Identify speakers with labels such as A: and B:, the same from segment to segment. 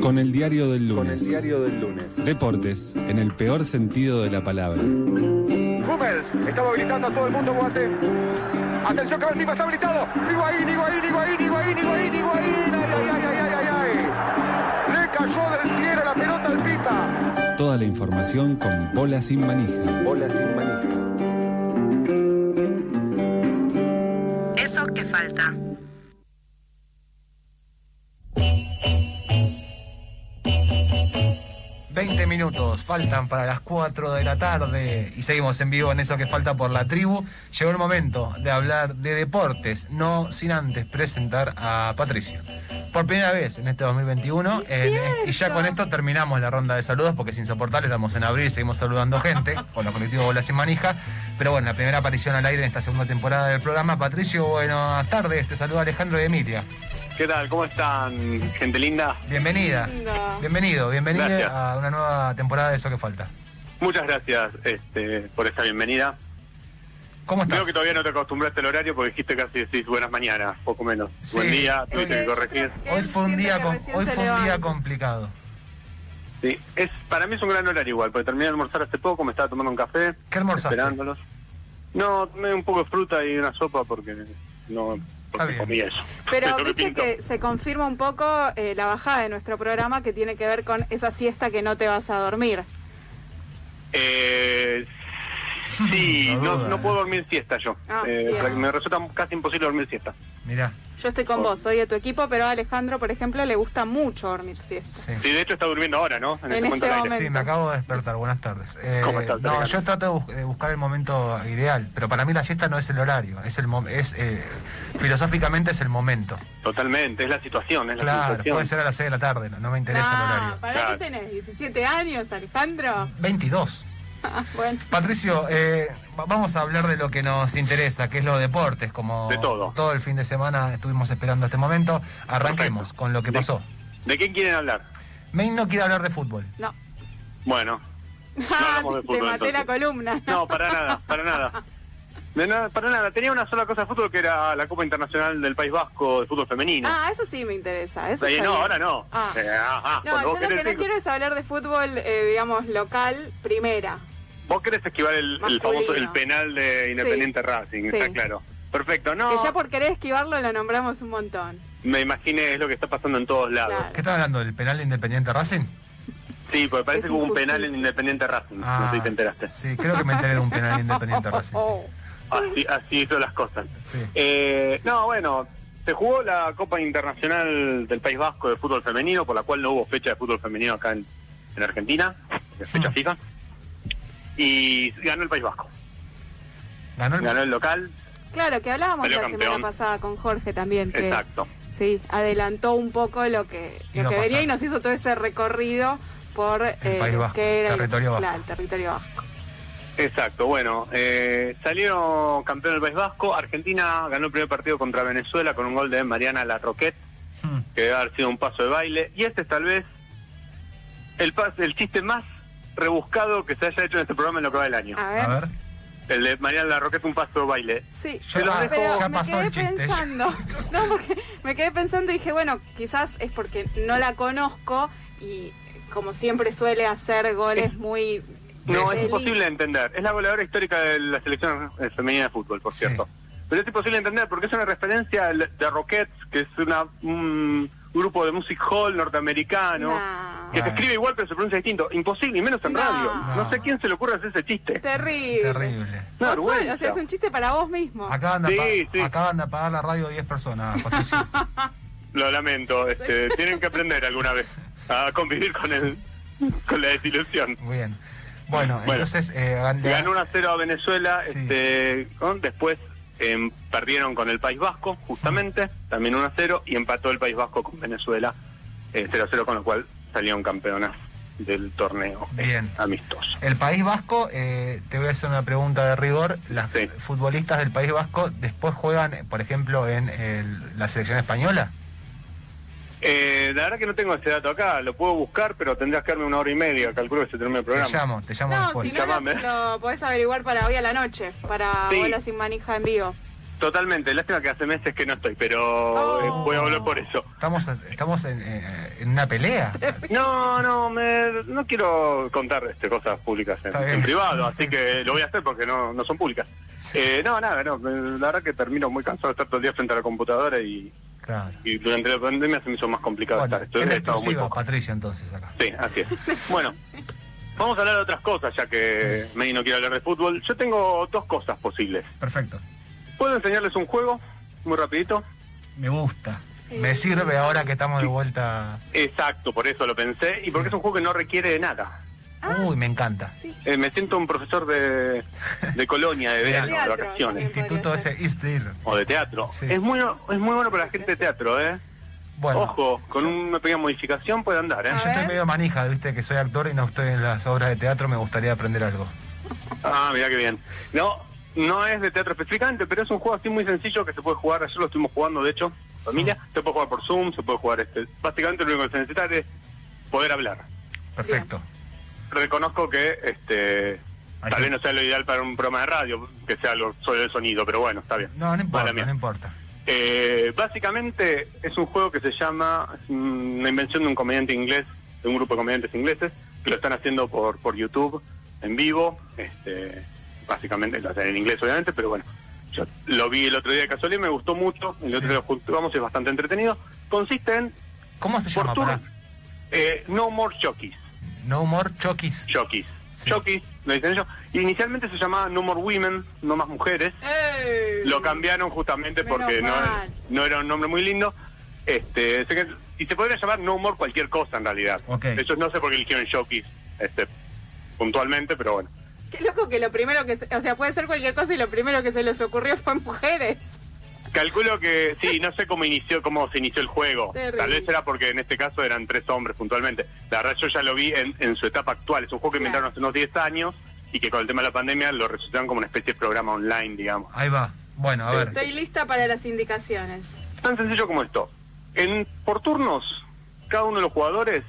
A: Con el diario del
B: Con el
A: lunes.
B: diario del lunes.
A: Deportes, en el peor sentido de la palabra.
C: Hummels está habilitando a todo el mundo Boateng. Atención que Benzema está habilitado. Higuaín, Higuaín, Higuaín, Higuaín, Higuaín, Higuaín. Ay, ay, ay, ay, ay, ay, ay. Le cayó del cielo la pelota al Pita.
A: Toda la información con bola sin manija.
B: Bola sin manija.
D: Eso que falta.
E: Veinte minutos faltan para las 4 de la tarde y seguimos en vivo en eso que falta por la tribu. Llegó el momento de hablar de deportes, no sin antes presentar a Patricio. Por primera vez en este 2021 en- y ya con esto terminamos la ronda de saludos porque es insoportable, estamos en abril, seguimos saludando gente con los colectivos Bola Sin Manija. Pero bueno, la primera aparición al aire en esta segunda temporada del programa. Patricio, buenas tardes, te saluda Alejandro y Emilia.
F: ¿Qué tal? ¿Cómo están, gente linda?
E: Bienvenida. Bienvenido, bienvenida
F: Gracias.
E: a una nueva temporada de eso que falta.
F: Muchas gracias este, por esta bienvenida.
E: ¿Cómo estás?
F: Creo que todavía no te acostumbraste al horario porque dijiste casi decís buenas mañanas, poco menos.
E: Sí.
F: Buen día, tuviste que
G: Yo
F: corregir.
G: creo que
E: Hoy
G: él
E: fue un
G: siente
E: día,
G: que
E: com-
G: recién
E: hoy
G: se
E: fue un día
G: levanta.
E: complicado.
F: Sí. Es, para mí es un gran horario igual, porque terminé de almorzar hace poco, me estaba tomando un café,
E: ¿Qué almorzaste?
F: esperándolos. No, tomé un poco de fruta y una sopa porque no porque
E: bien.
F: comí eso.
G: Pero
F: Lo que
G: viste
F: pinto.
G: que se confirma un poco eh, la bajada de nuestro programa que tiene que ver con esa siesta que no te vas a dormir.
F: Eh, sí,
E: No
F: no,
E: duda,
F: no
E: ¿eh?
F: puedo dormir siesta yo.
G: Ah,
F: Eh,
G: bien.
F: me resulta casi imposible dormir siesta.
E: Mirá,
G: Yo estoy con
F: Oh.
G: vos, soy de tu equipo, pero a Alejandro, por ejemplo, le gusta mucho dormir siesta.
E: sí.
F: Sí, de hecho está durmiendo ahora, ¿no?
G: En
F: este
G: ese
F: al aire.
G: momento.
E: Sí, me acabo de despertar, buenas tardes. Eh,
F: ¿Cómo estás,
E: no,
F: Alejandro?
E: yo trato de, bus- de buscar el momento ideal, pero para mí la siesta no es el horario, es el mom- es eh, filosóficamente es el momento.
F: Totalmente, es la situación, es la
E: Claro,
F: situación.
E: puede ser a las 6 de la tarde, no, no me interesa el
G: Ah,
E: horario.
G: ¿para
F: Claro.
G: qué tenés? ¿17 años, Alejandro?
E: 22.
G: Ah, bueno.
E: Patricio, eh, va- vamos a hablar de lo que nos interesa, que es los deportes, como
F: De todo.
E: el fin de semana estuvimos esperando este momento. Arranquemos
F: Perfecto.
E: con lo que
F: ¿De-
E: pasó.
F: ¿De quién quieren hablar?
E: Main no quiere hablar de fútbol.
G: No.
F: Bueno,
G: Ah,
F: hablamos de
G: te
F: fútbol,
G: maté la
F: entonces.
G: columna.
F: no, para nada, para nada. De nada, para nada. Tenía una sola cosa de fútbol que era la Copa Internacional del País Vasco de fútbol femenino.
G: Ah, eso sí me interesa. Eso
F: Sí,
G: está
F: no,
G: bien.
F: ahora no.
G: Ah.
F: Eh, ajá,
G: No,
F: cuando
G: yo
F: vos
G: lo
F: querés,
G: que no
F: sí,
G: quiero es hablar de fútbol, eh, digamos, local, primera.
F: vos querés esquivar el, el
G: Masculino.
F: famoso el penal de Independiente
G: Sí.
F: Racing,
G: Sí.
F: está claro. Perfecto,
G: Que
F: no,
G: ya por querer esquivarlo lo nombramos un montón.
F: me imaginé es lo que está pasando en todos lados.
G: Claro.
E: ¿Qué está hablando? ¿Del penal de Independiente Racing?
F: Sí, porque parece
G: Es
F: que hubo un
G: injusticia.
F: penal en Independiente Racing, no
E: Ah,
F: sé si te enteraste.
E: Sí, creo que me enteré de un penal de Independiente
F: Ah,
E: Racing.
G: Oh.
E: sí.
F: Así, así hizo las cosas.
E: Sí.
F: Eh, no, bueno, se jugó la Copa Internacional del País Vasco de fútbol femenino, por la cual no hubo fecha de fútbol femenino acá en, en Argentina, fecha fija, y ganó el País Vasco.
E: Ganó el
F: Ganó el local,
G: Claro, que hablábamos
F: Salió
G: la
F: campeón.
G: semana pasada con Jorge también, que
F: exacto.
G: sí, adelantó un poco lo que,
E: Iba
G: lo
E: a
G: que venía
E: pasar.
G: y nos hizo todo ese recorrido por
E: País
G: lo
E: Vasco,
G: que era
E: territorio
G: el,
E: vasco.
G: la- el territorio vasco.
F: Exacto, bueno, eh, salieron campeón del País Vasco, Argentina ganó el primer partido contra Venezuela con un gol de Mariana Larroquette,
E: Hmm.
F: que debe haber sido un paso de baile, y este es tal vez el, pas- el chiste más rebuscado que se haya hecho en este programa en lo que va del año.
G: A ver.
E: A ver.
F: El de Mariana Larroquette, un paso de baile.
G: Sí,
E: Yo
F: lo
G: pero
F: dejo-
E: ya
G: me
E: pasó
G: quedé
E: el chiste.
G: pensando, no, porque me quedé pensando y dije, bueno, quizás es porque no la conozco y como siempre suele hacer goles muy...
F: No,
E: Sí.
F: es imposible de entender. Es la goleadora histórica de la selección eh, femenina de fútbol, por
E: Sí.
F: cierto. Pero es imposible de entender porque es una referencia al- de Rockets, que es una, un grupo de music hall norteamericano,
G: Nah.
F: que se
E: Bueno.
F: escribe igual pero se pronuncia distinto. Imposible, y menos en
G: No.
F: radio. No
E: No.
F: sé quién se le ocurre hacer ese chiste.
G: Terrible.
E: Terrible.
F: Una
G: Vos solo,
F: vergüenza.
G: o sea, es un chiste para vos mismo.
E: Acaban de,
F: Sí,
E: apa-
F: sí.
E: acaban de apagar la radio 10 personas, Patricio.
F: Lo lamento, este, tienen que aprender alguna vez a convivir con el, con la desilusión.
E: Muy bien. Bueno,
F: Bueno.
E: entonces eh, gan-
F: Ganó 1 a 0 a Venezuela,
E: Sí.
F: este, con- después em, perdieron con el País Vasco, justamente, también 1 a 0, y empató el País Vasco con Venezuela eh, 0 a 0, con lo cual salieron campeonas del torneo eh,
E: Bien.
F: amistoso.
E: el País Vasco, eh, te voy a hacer una pregunta de rigor. Las
F: Sí.
E: futbolistas del País Vasco después juegan, eh, por ejemplo, en el- la selección española.
F: Eh, la verdad que no tengo ese dato acá, lo puedo buscar, pero tendrás que darme una hora y media, calculo que se termine el programa.
E: Te llamo, te llamo
G: No,
E: después.
G: si no lo,
F: Llamame.
G: lo podés averiguar para hoy a la noche, para
F: Sí.
G: Bola Sin Manija en vivo.
F: Totalmente, lástima que hace meses que no estoy, pero eh, voy a volver por eso.
E: Estamos, estamos en, eh, en una pelea.
F: No, no, me- no quiero contar este, cosas públicas en,
E: Está bien.
F: en privado, así que lo voy a hacer porque no, no son públicas. Eh, no, nada, no, me- la verdad que termino muy cansado de estar todo el día frente a la computadora y,
E: Claro.
F: y durante la pandemia se me hizo más complicado
E: Bueno,
F: estar. Estoy,
E: en
F: he estado muy
E: exclusiva,
F: poco.
E: Patricia, entonces, acá.
F: Sí, así es. Bueno, vamos a hablar de otras cosas, ya que May no quiere hablar de fútbol. Yo tengo dos cosas posibles.
E: Perfecto.
F: ¿Puedo enseñarles un juego? Muy rapidito.
E: Me gusta.
G: Sí.
E: Me sirve ahora que estamos de vuelta.
F: Exacto, por eso lo pensé y porque es un juego que no requiere de nada.
E: Uy, me encanta.
G: Ah. Sí.
F: Eh, me siento un profesor de, de colonia, de verano, de
G: teatro,
F: vacaciones.
G: también.
E: Instituto
G: podría
E: ese East Deer.
F: O de teatro.
E: Sí.
F: Es muy es muy bueno para la gente de teatro, ¿eh?
E: Bueno,
F: Ojo, con una pequeña modificación puede andar, ¿eh?
G: A
E: yo estoy
G: ver.
E: medio manija, viste que soy actor y no estoy en las obras de teatro, me gustaría aprender algo.
F: Ah, mira qué bien. No, no es de teatro específicamente, pero es un juego así muy sencillo que se puede jugar. Ayer lo estuvimos jugando, de hecho, familia.
E: Ah.
F: Se puede jugar por Zoom, se puede jugar este. Básicamente lo único que se necesita es poder hablar.
E: Perfecto.
F: Reconozco que este
E: Ahí
F: tal
E: sí.
F: vez no sea lo ideal para un programa de radio, que sea algo solo el sonido, pero bueno, está bien.
E: No, no importa,
F: Mala mía.
E: no importa.
F: Eh, básicamente es un juego que se llama es una invención de un comediante inglés, de un grupo de comediantes ingleses, que lo están haciendo por, por YouTube en vivo, este, básicamente lo hacen en inglés obviamente, pero bueno, yo lo vi el otro día de casualidad y me gustó mucho, el
E: Sí.
F: otro día lo juntamos y es bastante entretenido. Consiste en
E: ¿Cómo se
F: por
E: llama?
F: turno,
E: Pará.
F: eh, No More Jockeys,
E: No More Chokis.
F: Jockeys,
E: Sí.
F: Jockeys, lo dicen ellos. Inicialmente se llamaba No More Women, No Más Mujeres,
G: ¡Ey!
F: lo cambiaron justamente
G: Menos
F: porque no,
G: mal.
F: no era un nombre muy lindo. Este, sé que- y se podría llamar No Humor cualquier cosa en realidad.
E: Ok.
F: Ellos no sé por qué eligieron Jockeys este, puntualmente, pero bueno.
G: Qué loco que lo primero que. se- o sea, puede ser cualquier cosa y lo primero que se les ocurrió fue mujeres.
F: Calculo que sí, no sé cómo inició, cómo se inició el juego.
G: Terrible.
F: Tal vez era porque en este caso eran tres hombres puntualmente. La verdad yo ya lo vi en, en su etapa actual. Es un juego que
G: Claro.
F: inventaron hace unos 10 años y que con el tema de la pandemia lo resucitaron como una especie de programa online, digamos.
E: Ahí va. Bueno, a ver.
G: Estoy lista para las indicaciones.
F: Tan sencillo como esto. En, por turnos, cada uno de los jugadores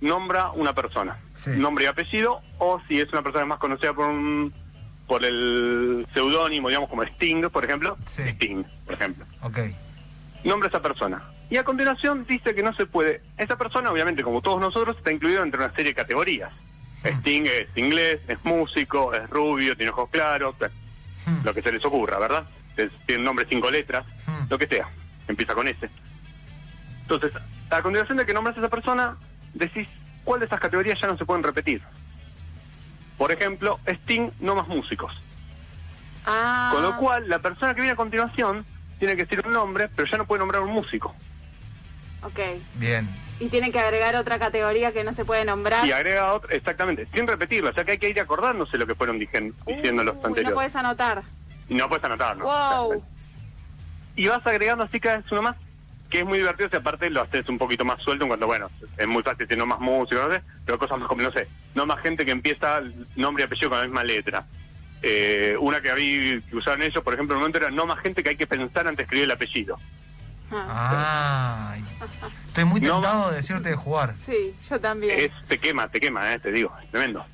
F: nombra una persona.
E: Sí.
F: Nombre y apellido, o si es una persona más conocida por un por el seudónimo, digamos, como Sting, por ejemplo.
E: Sí.
F: Sting, por ejemplo.
E: Ok.
F: Nombra a esa persona. Y a continuación dice que no se puede. Esa persona, obviamente, como todos nosotros, está incluido entre una serie de categorías.
E: Mm.
F: Sting es inglés, es músico, es rubio, tiene ojos claros, bueno,
E: Hmm.
F: lo que se les ocurra, ¿verdad? Es- Tiene nombre cinco letras,
E: Hmm.
F: lo que sea. Empieza con S. Entonces, a continuación de que nombras a esa persona, decís cuál de esas categorías ya no se pueden repetir. Por ejemplo, Sting no más músicos.
G: Ah.
F: Con lo cual, la persona que viene a continuación tiene que decir un nombre, pero ya no puede nombrar un músico.
G: Ok.
E: Bien.
G: Y tienen que agregar otra categoría que no se puede nombrar.
F: Y agrega otra, exactamente, sin repetirlo. O sea que hay que ir acordándose lo que fueron dijen- diciendo los
G: Uy, Uh, No
F: anteriores.
G: puedes anotar.
F: Y no puedes anotar, ¿no?
G: Wow.
F: y vas agregando así cada vez uno más, que es muy divertido, si aparte lo haces un poquito más suelto en cuanto, bueno, es muy fácil, si no más música, no sé, pero cosas más como, no sé, no más gente que empieza nombre y apellido con la misma letra. Eh, una que vi que usaron ellos, por ejemplo, en un momento era no más gente que hay que pensar antes de escribir el apellido.
E: Ah.
G: Ah,
E: Estoy muy
F: No,
E: tentado de decirte de jugar.
G: Sí, yo también.
F: Es, te quema, te quema, eh, te digo, es tremendo.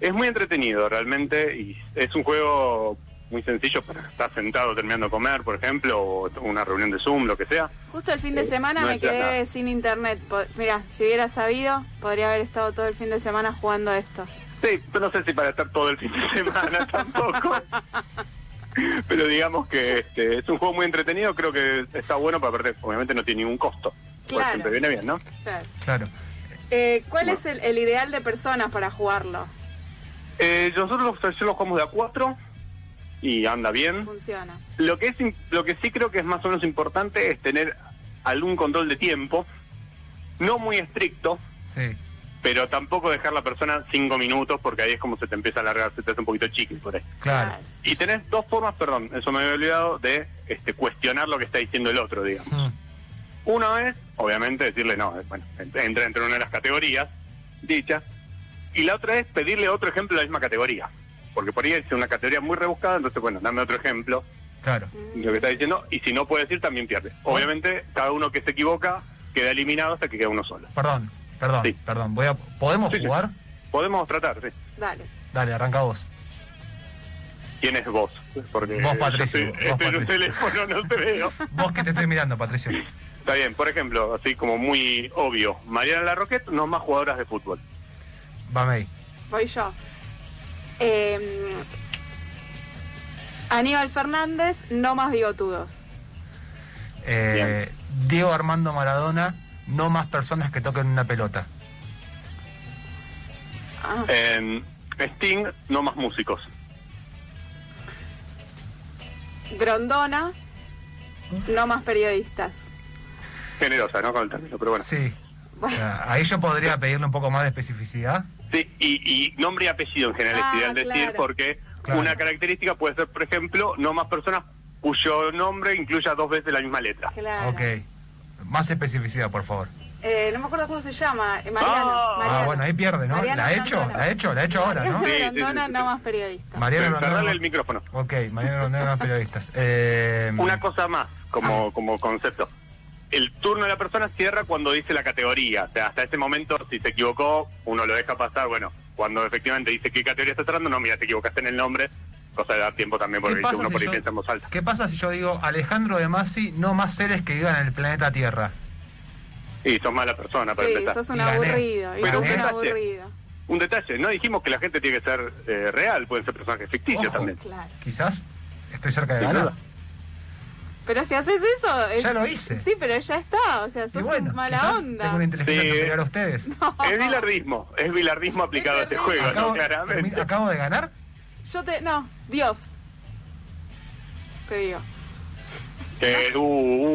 F: Es muy entretenido realmente y es un juego muy sencillo para estar sentado terminando de comer, por ejemplo, o una reunión de Zoom, lo que sea.
G: Justo el fin de
F: Eh,
G: semana
F: no
G: me
F: entras
G: quedé
F: nada.
G: sin internet. Po- Mira, si hubiera sabido, podría haber estado todo el fin de semana jugando esto.
F: Sí, pero no sé si para estar todo el fin de semana tampoco. Pero digamos que este, es un juego muy entretenido, creo que está bueno para perder. Obviamente no tiene ningún costo. Pues
G: Claro.
F: siempre viene bien, ¿no?
G: Claro.
E: Claro.
G: Eh, ¿Cuál
F: Bueno.
G: es el, el ideal de personas para jugarlo?
F: Eh, nosotros los, los jugamos de a cuatro y anda bien.
G: Funciona.
F: Lo que, es, im- lo que sí creo que es más o menos importante es tener algún control de tiempo, no muy estricto,
E: Sí.
F: pero tampoco dejar la persona cinco minutos porque ahí es como se te empieza a alargar, se te hace un poquito chiqui por ahí.
E: Claro.
F: Y tenés dos formas, perdón, eso me había olvidado, de este, cuestionar lo que está diciendo el otro, digamos.
E: Hmm.
F: Uno es, obviamente, decirle, no, eh, bueno, ent- entra entre una de las categorías dichas. Y la otra es pedirle otro ejemplo de la misma categoría. Porque por ahí es una categoría muy rebuscada, entonces, bueno, dame otro ejemplo
E: Claro.
F: de lo que está diciendo. Y si no puede decir, también pierde. Obviamente, cada uno que se equivoca queda eliminado hasta que queda uno solo.
E: Perdón. Perdón.
F: Sí.
E: Perdón. Voy a... ¿Podemos
F: Sí, sí.
E: jugar?
F: Podemos tratar, sí.
G: Dale.
E: Dale, arranca vos.
F: quién es vos. Porque
E: Vos, Patricio,
F: yo
E: vos,
F: Estoy, estoy en un teléfono, no te veo.
E: Vos que te estoy mirando, Patricio.
F: Está bien, por ejemplo, así como muy obvio, Mariana Larroquette no más jugadoras de fútbol.
E: Vamos ahí.
G: Voy yo. Eh, Aníbal Fernández, no más bigotudos.
E: Eh, Diego Armando Maradona, no más personas que toquen una pelota.
G: Ah,
F: Eh, Sting, no más músicos.
G: Grondona, no más periodistas.
F: Generosa, ¿no? Con el término, pero bueno. Sí,
E: Sí. O sea, ahí yo podría pedirle un poco más de especificidad.
F: y, y nombre y apellido en general
G: Ah,
F: es ideal decir
G: claro.
F: porque
E: Claro.
F: una característica puede ser, por ejemplo, no más personas cuyo nombre incluya dos veces la misma letra.
G: Claro.
E: Ok. Más especificidad, por favor.
G: Eh, no me acuerdo cómo se llama. eh, Mariano.
F: Ah,
G: Mariano.
E: Ah, bueno, ahí pierde, ¿no?
G: Mariano
E: la he hecho,
G: Grondona.
E: la he hecho, la he hecho ahora, ¿no?
F: Sí, sí, sí,
G: Grondona,
F: sí,
G: no
F: sí.
G: más periodistas.
E: Mariano
F: Cerrarle
E: Grondona.
F: el micrófono.
E: Ok, Mariano Grondona, no periodistas. Eh,
F: Una cosa más como, como concepto. El turno de la persona cierra cuando dice la categoría. O sea, hasta ese momento, si se equivocó, uno lo deja pasar. Bueno, cuando efectivamente dice qué categoría está cerrando, no, mira, te equivocaste en el nombre. Cosa de dar tiempo también
E: ¿Qué
F: porque
E: pasa
F: uno
E: si
F: por ahí
E: yo-
F: piensa en voz alta.
E: ¿Qué pasa si yo digo Alejandro de Masi, no más seres que vivan en el planeta Tierra?
F: Y sos mala persona para
G: Sí,
F: empezar.
G: sos un
E: Y gané.
G: aburrido. Y
F: Pero
G: sos un
F: ganaste.
G: aburrido.
F: Un detalle, no dijimos que la gente tiene que ser eh, real, pueden ser personajes ficticios
E: Ojo.
F: también.
G: Claro.
E: Quizás estoy cerca de
F: Sin
E: ganar.
F: duda.
G: Pero si haces eso. es-
E: Ya lo hice.
G: Sí, pero ya está. O sea, sos
E: Y
G: un
E: bueno,
G: mala
E: quizás
G: onda.
E: tengo una inteligencia
F: Sí.
E: superior a ustedes.
F: Es bilardismo, es bilardismo aplicado a este juego, ¿no?
E: Acabo, termi-
F: Claramente.
E: acabo de ganar.
G: Yo te. No, Dios. Te digo.
F: Eh, uh,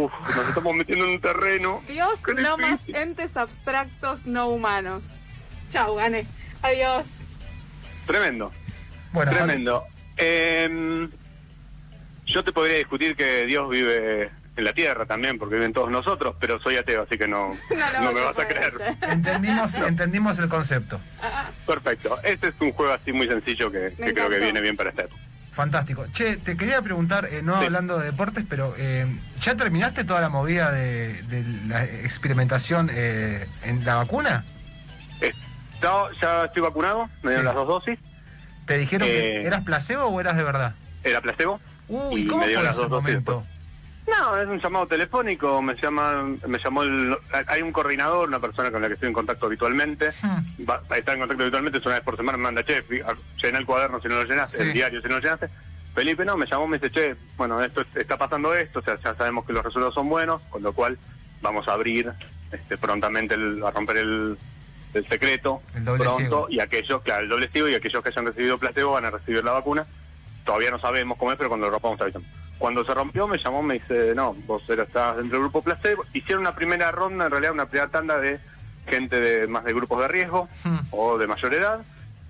F: uh, nos estamos metiendo en un terreno.
G: Dios,
F: Qué
G: no más
F: difícil.
G: entes abstractos no humanos. Chau, gané. Adiós.
F: Tremendo.
E: Bueno,
F: Tremendo. Eh, yo te podría discutir que Dios vive en la tierra también, porque viven todos nosotros, pero soy ateo, así que no, no, me vas a
G: puede
F: creer.
E: eh.
G: ser.
E: entendimos, entendimos el concepto.
F: Perfecto. Este es un juego así muy sencillo que,
G: Me
F: que creo que
G: encantó.
F: viene bien para esta época.
E: Fantástico. Che, te quería preguntar, eh, no
F: Sí.
E: hablando de deportes, pero eh, ¿ya terminaste toda la movida de, de la experimentación eh, en la vacuna?
F: Eh, yo ya estoy vacunado, me dieron
E: Sí.
F: las dos dosis,
E: ¿Te dijeron que
F: Eh.
E: eras placebo o eras de verdad?
F: era placebo.
E: Uy,
F: Y
E: ¿cómo
F: me dieron
E: fue
F: las
E: ese
F: dos dosis
E: momento?
F: No, es un llamado telefónico, me llaman, me llamó el- hay un coordinador, una persona con la que estoy en contacto habitualmente,
E: Hmm.
F: va, está en contacto habitualmente, es una vez por semana, me manda, che, fi- a- llená el cuaderno si no lo llenaste,
E: Sí.
F: el diario si no lo llenaste. Felipe no, me llamó, me dice, che, bueno, esto es- está pasando esto, o sea, ya sabemos que los resultados son buenos, con lo cual vamos a abrir este, prontamente, el- a romper el, el secreto
E: El doble
F: pronto,
E: ciego.
F: y aquellos, claro, el doble ciego, y aquellos que hayan recibido placebo van a recibir la vacuna. Todavía no sabemos cómo es, pero cuando lo rompamos te avisamos. Cuando se rompió me llamó, me dice, no, vos eras, estabas dentro del grupo placebo. Hicieron una primera ronda, en realidad una primera tanda de gente de más de grupos de riesgo
E: Hmm.
F: o de mayor edad.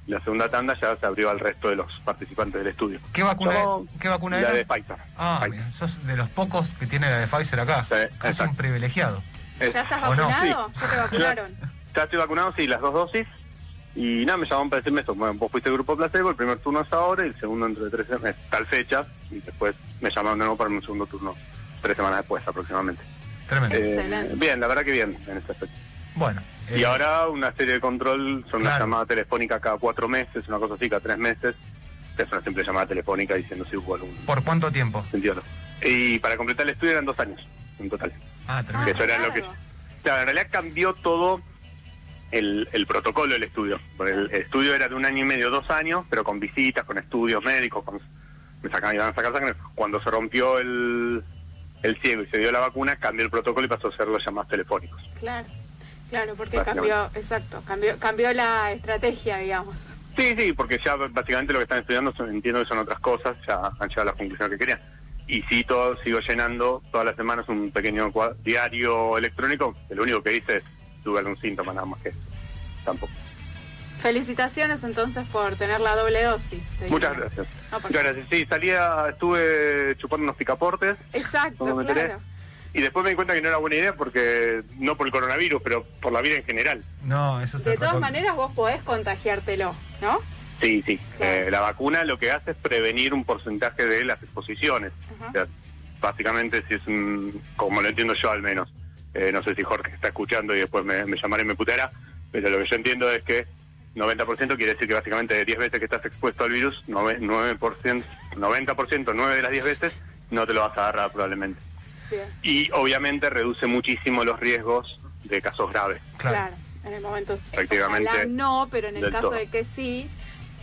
F: La segunda tanda ya se abrió al resto de los participantes del estudio.
E: ¿Qué vacuna,
F: Yo,
E: ¿qué vacuna
F: la
E: era?
F: de Pfizer.
E: Ah,
F: Pfizer.
E: mira, sos de los pocos que tiene la de Pfizer acá.
F: Sí,
E: es un
F: exacto.
E: privilegiado.
F: Es-
G: ¿Ya estás
E: ¿O no?
G: vacunado?
F: Sí.
G: Ya te vacunaron.
F: Ya estoy vacunado, sí, las dos dosis. Y nada, me llamaron para decirme eso. Bueno, vos fuiste grupo placebo, el primer turno es ahora y el segundo entre tres semanas, tal fecha. Y después me llamaron de nuevo para un segundo turno, tres semanas después aproximadamente.
E: Tremendo.
F: Eh,
G: Excelente.
F: bien, la verdad que bien en este aspecto.
E: bueno.
F: Y
E: eh,
F: ahora una serie de control, son una
E: Claro.
F: llamada telefónica cada cuatro meses, una cosa así, cada tres meses. Es una simple llamada telefónica diciendo si hubo algún
E: ¿Por cuánto tiempo?
F: sentido o no. Y para completar el estudio eran dos años en total.
E: Ah,
G: Ah,
F: Que
E: tremendo.
F: eso era lo que...
G: claro.
F: Claro, en realidad cambió todo el, el protocolo del estudio. Porque El estudio era de un año y medio, dos años, pero con visitas, con estudios médicos, con, me sacaban, iban a sacar sangre. Cuando se rompió el, el ciego y se dio la vacuna, cambió el protocolo y pasó a ser los llamados telefónicos.
G: Claro, claro, porque
F: Básicamente.
G: cambió, exacto, cambió, cambió la estrategia, digamos.
F: Sí, sí, porque ya básicamente lo que están estudiando son- entiendo que son otras cosas, ya han llegado a la conclusión que querían. Y sí, todo, sigo llenando todas las semanas un pequeño cua- diario electrónico, que lo único que dice es tuve algún síntoma, nada más que tampoco.
G: Felicitaciones entonces por tener la doble dosis. te digo.
F: Muchas gracias.
G: No, por
F: Muchas gracias. Sí, salía, estuve chupando unos picaportes
G: Exacto,
F: Cuando me enteré.
G: claro.
F: y después me di cuenta que no era buena idea porque, no por el coronavirus, pero por la vida en general.
E: No, eso es
G: De todas
E: recontra-
G: maneras vos podés contagiártelo, ¿no?
F: Sí, sí.
G: Claro.
F: Eh, la vacuna lo que hace es prevenir un porcentaje de las exposiciones.
G: Ajá.
F: O sea, básicamente, si es un, como lo entiendo yo al menos, eh, no sé si Jorge está escuchando y después me, me llamará y me puteará, pero lo que yo entiendo es que 90% quiere decir que básicamente de 10 veces que estás expuesto al virus, 9, 9% 90%, 9 de las 10 veces, no te lo vas a agarrar probablemente.
G: Bien,
F: Y obviamente reduce muchísimo los riesgos de casos graves.
E: Claro.
G: claro. En el momento.
F: Prácticamente
G: ojalá no, pero en el
F: del
G: caso
F: todo.
G: de que sí,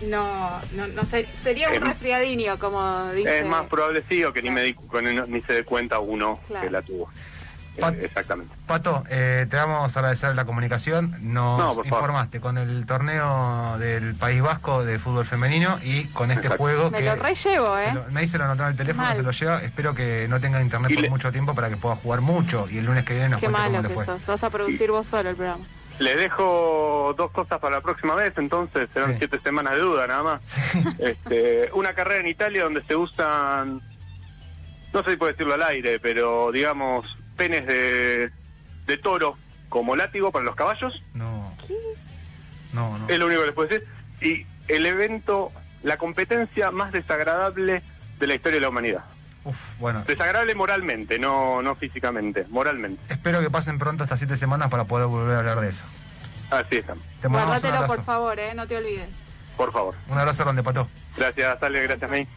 G: no, no, no sé, sería
F: Es
G: un
F: más-
G: resfriadinio, como dice.
F: Es más probable sí o que ni, me di- con- ni se dé cuenta uno
G: Claro.
F: que la tuvo. Eh,
E: Pat-
F: exactamente.
E: Pato, eh, te vamos a agradecer la comunicación. Nos
F: No, por favor.
E: informaste con el torneo del País Vasco de fútbol femenino y con este
F: Exacto.
E: juego
G: Me
E: que
G: lo re llevo,
E: se
G: ¿eh?
E: lo- me dice lo anotó en el teléfono,
G: Mal.
E: se lo lleva. Espero que no tenga internet
F: Y
E: por
F: le-
E: mucho tiempo para que pueda jugar mucho y el lunes que viene nos
G: Qué
E: cuente cómo
G: malo
E: le
G: que
E: fue.
G: sos. Vas a producir vos solo el programa.
F: Les dejo dos cosas para la próxima vez, entonces serán
E: Sí.
F: siete semanas de duda nada más. Este, una carrera en Italia donde se usan, no sé si puedo decirlo al aire, pero digamos, penes de, de toro como látigo para los caballos,
E: No. No, no.
F: es lo único que les puedo decir, y el evento, la competencia más desagradable de la historia de la humanidad.
E: Uf, bueno.
F: Desagradable moralmente, no, no físicamente, moralmente.
E: Espero que pasen pronto estas siete semanas para poder volver a hablar de eso.
F: Así están,
E: Te mandamos un
G: Guárdatelo,
E: abrazo.
G: por favor, ¿eh? No te olvides.
F: por favor.
E: Un abrazo grande, Pato.
F: Gracias, Ale, gracias, May.